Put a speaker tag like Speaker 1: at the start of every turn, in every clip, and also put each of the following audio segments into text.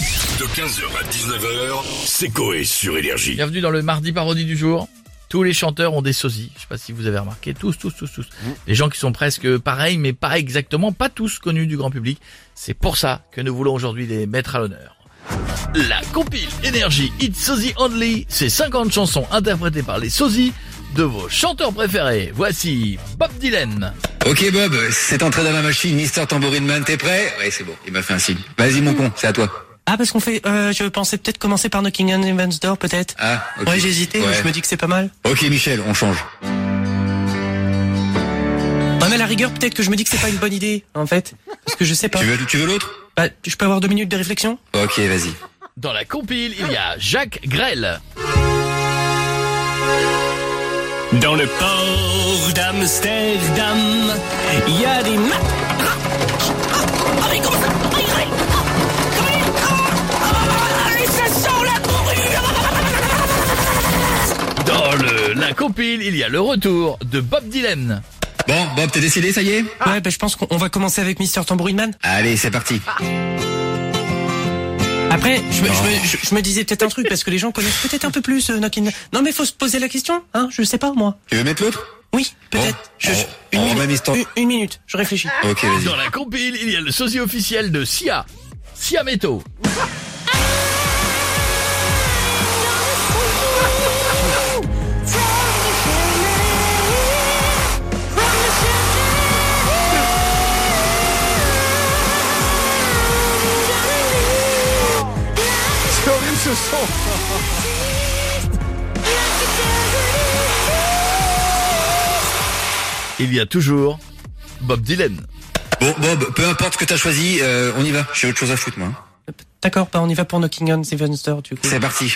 Speaker 1: De 15h à 19h, c'est Coé sur Énergie.
Speaker 2: Bienvenue dans le mardi parodie du jour. Tous les chanteurs ont des sosies. Je sais pas si vous avez remarqué. Tous, tous, tous, tous. Des gens qui sont presque pareils, mais pas exactement, pas tous connus du grand public. C'est pour ça que nous voulons aujourd'hui les mettre à l'honneur. La compile énergie It's Sosie Only, c'est 50 chansons interprétées par les sosies de vos chanteurs préférés. Voici Bob Dylan.
Speaker 3: Ok Bob, c'est entré dans ma machine, Mister Tambourine Man, t'es prêt Ouais c'est bon, il m'a fait un signe. Vas-y mon con, c'est à toi.
Speaker 4: Ah parce qu'on fait, euh, je pensais peut-être commencer par Knocking on Heaven's Door peut-être.
Speaker 3: Ah, ok.
Speaker 4: Ouais j'hésitais,
Speaker 3: Ouais.
Speaker 4: je me dis que c'est pas mal.
Speaker 3: Ok Michel, on change.
Speaker 4: Ouais mais à la rigueur peut-être que je me dis que c'est pas une bonne idée en fait, parce que je sais pas.
Speaker 3: Tu veux, tu veux l'autre
Speaker 4: Bah, je peux avoir deux minutes de réflexion
Speaker 3: Ok, vas-y.
Speaker 2: Dans la compile, il y a Jacques Grel.
Speaker 5: Dans le port d'Amsterdam, il y a des ma- Ah, mais comment ça Ah, il règle. Ah, comment il- Ah, ah, ah, ça sent la bourrure.
Speaker 2: Dans le, la compile, il y a le retour de Bob Dylan.
Speaker 3: Bon, Bob, t'es décidé, ça y est
Speaker 4: Ouais bah je pense qu'on on va commencer avec Mister Tambourine Man.
Speaker 3: Allez, c'est parti.
Speaker 4: Après je me, je me- je- je me disais peut-être un truc parce que les gens connaissent peut-être un peu plus euh, Knocking. Non mais faut se poser la question, hein Je sais pas moi.
Speaker 3: Tu veux mettre l'autre
Speaker 4: Oui peut-être.
Speaker 3: Bon,
Speaker 4: Je- je-
Speaker 3: on- on
Speaker 4: une,
Speaker 3: remet
Speaker 4: minute,
Speaker 3: Mr.
Speaker 4: une- une minute, je réfléchis.
Speaker 3: Ok, vas-y.
Speaker 2: Dans la compile, il y a le sosie officiel de Sia, Sia Meto. Il y a toujours Bob Dylan.
Speaker 3: Bon Bob, peu importe ce que t'as choisi, euh, on y va. J'ai autre chose à foutre moi.
Speaker 4: D'accord, bah on y va pour Knocking on Heaven's Door du coup.
Speaker 3: C'est parti.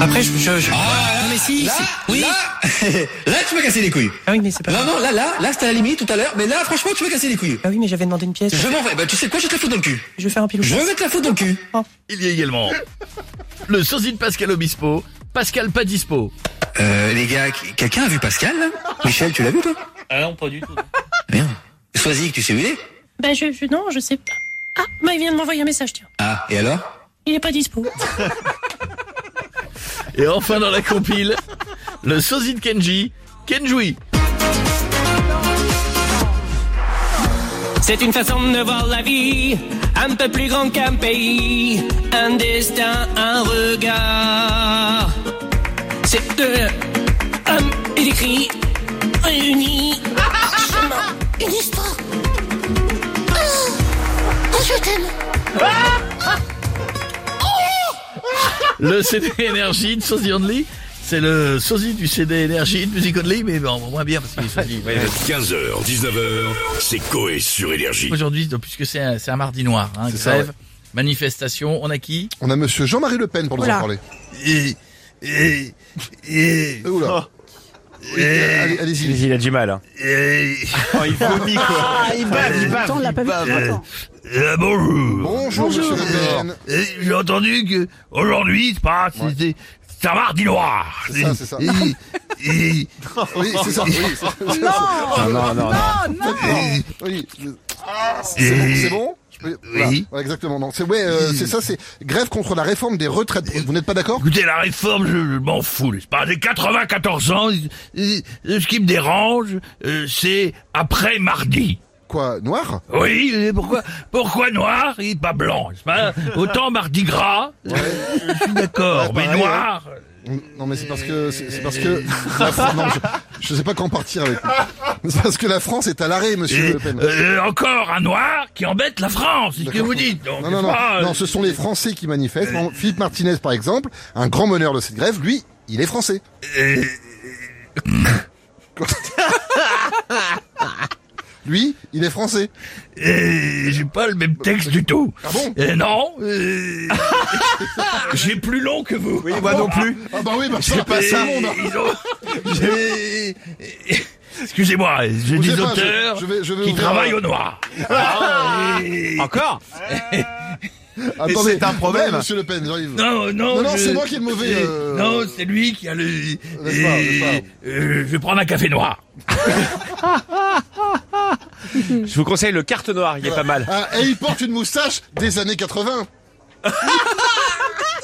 Speaker 4: Après je... je, je-
Speaker 3: Ah,
Speaker 4: Non, mais si,
Speaker 3: là,
Speaker 4: si. oui.
Speaker 3: Là, là, tu m'as cassé les couilles.
Speaker 4: Ah oui mais c'est pas...
Speaker 3: Non, non, là, là, là, c'était à la limite tout à l'heure, mais là, franchement, tu m'as cassé les couilles.
Speaker 4: Ah oui mais j'avais demandé une pièce.
Speaker 3: Je m'en vais. Bah, tu sais quoi, je vais te la foutre dans le cul.
Speaker 4: Je vais faire un pilou.
Speaker 3: Je veux mettre la faute dans le cul.
Speaker 2: Il y a également le sosie de Pascal Obispo, Pascal pas dispo.
Speaker 3: Euh, les gars, quelqu'un a vu Pascal là Michel, tu l'as vu toi
Speaker 5: Ah non, pas du tout.
Speaker 3: Merde. Sois-y, tu sais où il est
Speaker 6: Bah je, je- non, je sais pas. Ah, bah il vient de m'envoyer un message, tiens.
Speaker 3: Ah, et alors
Speaker 6: Il est pas dispo.
Speaker 2: Et enfin dans la compile, le sosie de Kenji, Kenjui.
Speaker 4: C'est une façon de voir la vie, un peu plus grande qu'un pays, un destin, un regard. C'est de hommes et des cris réunis.
Speaker 7: Une histoire. Ah, ah, je t'aime.
Speaker 2: Le CD Energy de Sosie Only, c'est le sosie du CD Energy de Music Only, mais bon, moins bien parce qu'il est sosie. Ouais.
Speaker 1: 15h, 19h, c'est Coé sur Énergie.
Speaker 2: Aujourd'hui, donc, puisque c'est un, c'est un mardi noir, hein,
Speaker 8: ça,
Speaker 2: grève, manifestation, on a qui
Speaker 8: On a monsieur Jean-Marie Le Pen pour nous en parler. Et oula. Oui, euh, allez- Allez-y.
Speaker 9: Oh. Il a du mal. Hein.
Speaker 10: Euh, bonjour.
Speaker 8: Bonjour, monsieur Le Pen.
Speaker 10: Euh, J'ai entendu que aujourd'hui, c'est pas, c'est, c'est- c'est un mardi noir.
Speaker 8: C'est ça, c'est ça.
Speaker 10: Et- et-
Speaker 8: Oui, c'est ça. Oui, c'est-
Speaker 9: non, non, non.
Speaker 8: oui, oui. C'est bon, c'est bon Je peux- voilà. Voilà, exactement. Non, c'est ouais, euh, c'est ça. C'est grève contre la réforme des retraites. Vous n'êtes pas d'accord
Speaker 10: écoutez, la réforme, je, je m'en fous. n'est-ce pas J'ai 94 ans. et- et- et ce qui me dérange, euh, c'est après mardi.
Speaker 8: Quoi, noir
Speaker 10: Oui, et pourquoi, pourquoi noir et pas blanc n'est-ce pas Autant mardi gras, euh, je suis d'accord,
Speaker 8: Ouais,
Speaker 10: mais
Speaker 8: pareil,
Speaker 10: noir.
Speaker 8: Non, mais c'est parce que c'est c'est parce que la Fran- non, je, je sais pas quand partir avec. vous. C'est parce que la France est à l'arrêt, monsieur
Speaker 10: Et,
Speaker 8: Le Pen.
Speaker 10: euh, encore un noir qui embête la France, c'est ce que
Speaker 8: D'accord.
Speaker 10: vous dites. Donc,
Speaker 8: non, non, non.
Speaker 10: c'est pas, euh,
Speaker 8: non, ce sont les Français qui manifestent. Par exemple, Philippe Martinez, par exemple, un grand meneur de cette grève, lui, il est français. Euh. Quoi lui, il est français.
Speaker 10: Euh, j'ai pas le même texte du tout.
Speaker 8: Ah bon
Speaker 10: Euh, Non. euh, j'ai plus long que vous. Oui,
Speaker 9: moi non plus.
Speaker 8: Ah bah oui, bah ça, ça.
Speaker 10: Excusez-moi, j'ai
Speaker 8: Bougez
Speaker 10: des
Speaker 8: pas, je-
Speaker 10: auteurs
Speaker 8: je Ah, vais- je vais
Speaker 10: qui
Speaker 8: ouvrir
Speaker 10: travaillent
Speaker 8: un-
Speaker 10: au noir. Ah, Et-
Speaker 9: Encore
Speaker 8: Attendez,
Speaker 9: c'est un problème.
Speaker 8: non, Monsieur Le Pen, j'arrive.
Speaker 10: Non, non,
Speaker 8: Non, non,
Speaker 10: je-
Speaker 8: c'est moi qui ai le mauvais,
Speaker 10: Et-
Speaker 8: euh,
Speaker 10: Non, c'est lui qui a le.
Speaker 8: Laisse pas, laisse
Speaker 10: Et- euh, je vais prendre un café noir.
Speaker 9: Je vous conseille le carte noire, il est pas mal.
Speaker 8: Ah, et il porte une moustache des années 80.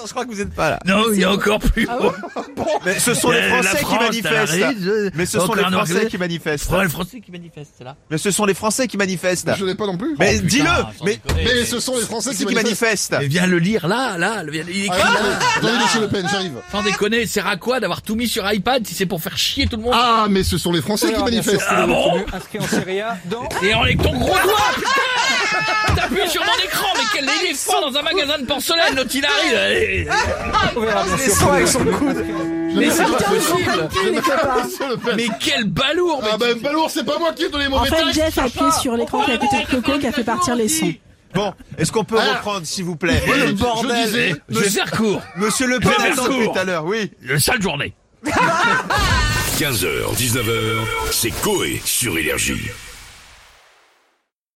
Speaker 9: je crois que vous n'êtes pas là.
Speaker 10: Non, il y a encore plus haut.
Speaker 9: Mais ce sont Ah les
Speaker 10: Euh, la
Speaker 9: Français
Speaker 10: France,
Speaker 9: qui manifestent.
Speaker 10: t'as la
Speaker 2: euh,
Speaker 10: ride,
Speaker 9: Mais ce sont les
Speaker 10: encore un
Speaker 9: Français
Speaker 10: Anglais.
Speaker 9: qui manifestent.
Speaker 10: Fran- Les Français qui manifestent, c'est là.
Speaker 9: Mais ce sont les Français qui manifestent.
Speaker 8: Je l'ai pas non plus.
Speaker 9: Mais dis-le
Speaker 2: Putain, sans
Speaker 9: Mais
Speaker 2: déconner.
Speaker 8: Mais ce sont les Français
Speaker 9: c'est
Speaker 8: qui
Speaker 9: qui
Speaker 8: manifestent.
Speaker 9: manifeste
Speaker 2: Ah, Mais viens le lire là, là, le- il écrit.
Speaker 8: Ah,
Speaker 2: là.
Speaker 8: Attendez, monsieur Le Pen, j'arrive.
Speaker 2: Sans déconner, c'est à quoi d'avoir tout mis sur iPad si c'est pour faire chier tout le monde
Speaker 8: Ah, mais ce sont les Français qui manifestent.
Speaker 2: Ah bon
Speaker 5: Inscrit en Serie A dans
Speaker 2: Et avec ton
Speaker 9: Ah.
Speaker 2: gros doigt, putain T'appuies sur mon écran, mais quel éléphant dans un magasin de porcelaine, l'autre il arrive allez.
Speaker 9: Ah.
Speaker 5: Ah,
Speaker 2: Mais c'est pas possible
Speaker 8: Monsieur Le Pen.
Speaker 2: Eh, Mais quel balourd mais-
Speaker 8: Ah ben Balour, c'est pas moi qui ai donné les
Speaker 6: En
Speaker 8: mauvais
Speaker 6: fait,
Speaker 8: textes.
Speaker 6: Jeff appuie sur l'écran de la petite coco qui a fait partir les sons.
Speaker 9: Bon, est-ce qu'on peut
Speaker 8: Ah.
Speaker 9: reprendre, s'il vous plaît
Speaker 8: je
Speaker 9: Le bordel
Speaker 8: disais-
Speaker 2: Je vais faire court
Speaker 9: Monsieur Le Pen
Speaker 2: Je vais
Speaker 9: attend
Speaker 2: faire
Speaker 9: depuis
Speaker 2: court.
Speaker 9: tout à l'heure, oui.
Speaker 2: Le sale journée
Speaker 1: 15h, 19h, c'est Coé sur Énergie.